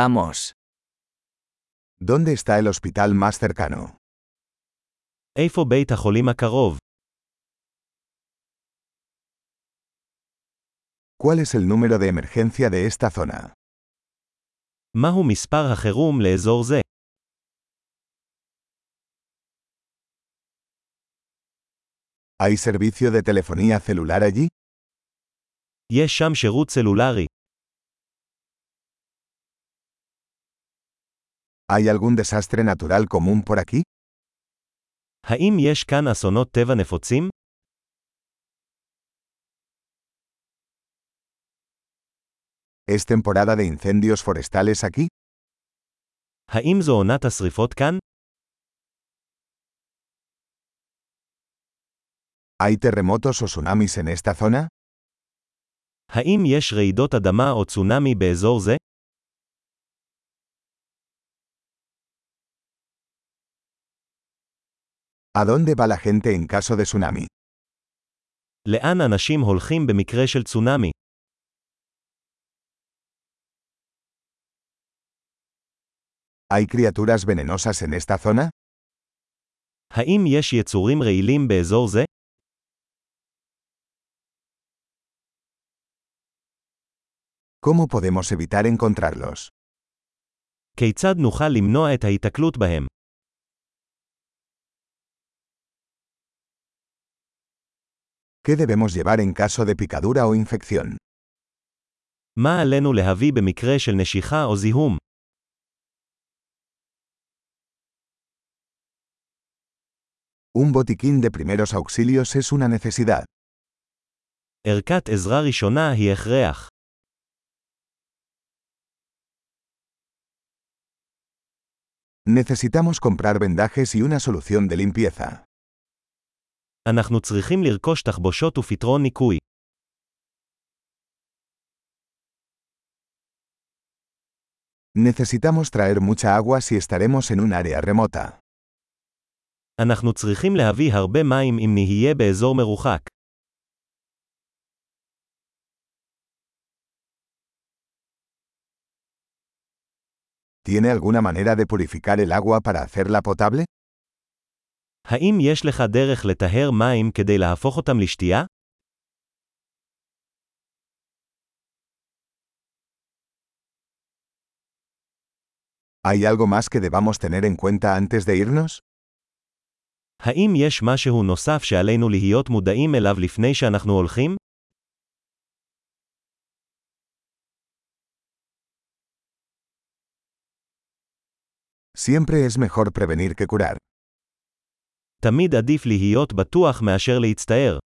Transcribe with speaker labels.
Speaker 1: Vamos.
Speaker 2: ¿Dónde está el hospital más cercano?
Speaker 3: איפה בית החולים הקרוב?
Speaker 2: ¿Cuál es el número de emergencia de esta zona?
Speaker 3: מהו מספר החירום לאזור זה?
Speaker 2: ¿Hay servicio de telefonía celular allí?
Speaker 3: יש שם שירות סלולרי.
Speaker 2: ¿Hay algún desastre natural común por aquí?
Speaker 3: האם יש כאן אסונות טבע נפוצים?
Speaker 2: ¿Es temporada de incendios forestales aquí?
Speaker 3: האם זו עונת השרפות כאן?
Speaker 2: ¿Hay terremotos o tsunamis en esta zona?
Speaker 3: האם יש רעידות אדמה או צונאמי באזור זה?
Speaker 2: ¿A dónde va la gente en caso de tsunami?
Speaker 3: לאן אנשים הולכים במקרה של צונאמי?
Speaker 2: ¿Hay criaturas venenosas en esta zona?
Speaker 3: האם יש יצורים רעילים באזור זה?
Speaker 2: ¿Cómo podemos evitar encontrarlos?
Speaker 3: כיצד נוכל למנוע את ההיתקלות בהם?
Speaker 2: ¿Qué debemos llevar en caso de picadura o infección?
Speaker 3: מה עלינו להביא במקרה של נשיכה או זיהום?
Speaker 2: Un botiquín de primeros auxilios es una necesidad.
Speaker 3: ערכת עזרה ראשונה היא הכרח.
Speaker 2: Necesitamos comprar vendajes y una solución de limpieza.
Speaker 3: אנחנו צריכים לרכוש תחבושות ופתרון ניקוי.
Speaker 2: Necesitamos traer mucha agua si estaremos en un área remota.
Speaker 3: אנחנו צריכים להביא הרבה מים אם נהיה באזור מרוחק.
Speaker 2: ¿Tiene alguna manera de purificar el agua para hacerla potable?
Speaker 3: האם יש לך דרך לטהר מים כדי להפוך אותם לשתייה?
Speaker 2: ¿Hay algo más que debamos tener en cuenta antes de irnos?
Speaker 3: האם יש משהו נוסף שעלינו להיות מודעים אליו לפני שאנחנו הולכים?
Speaker 2: Siempre es mejor prevenir que curar.
Speaker 3: תמיד עדיף להיות בטוח מאשר להצטער.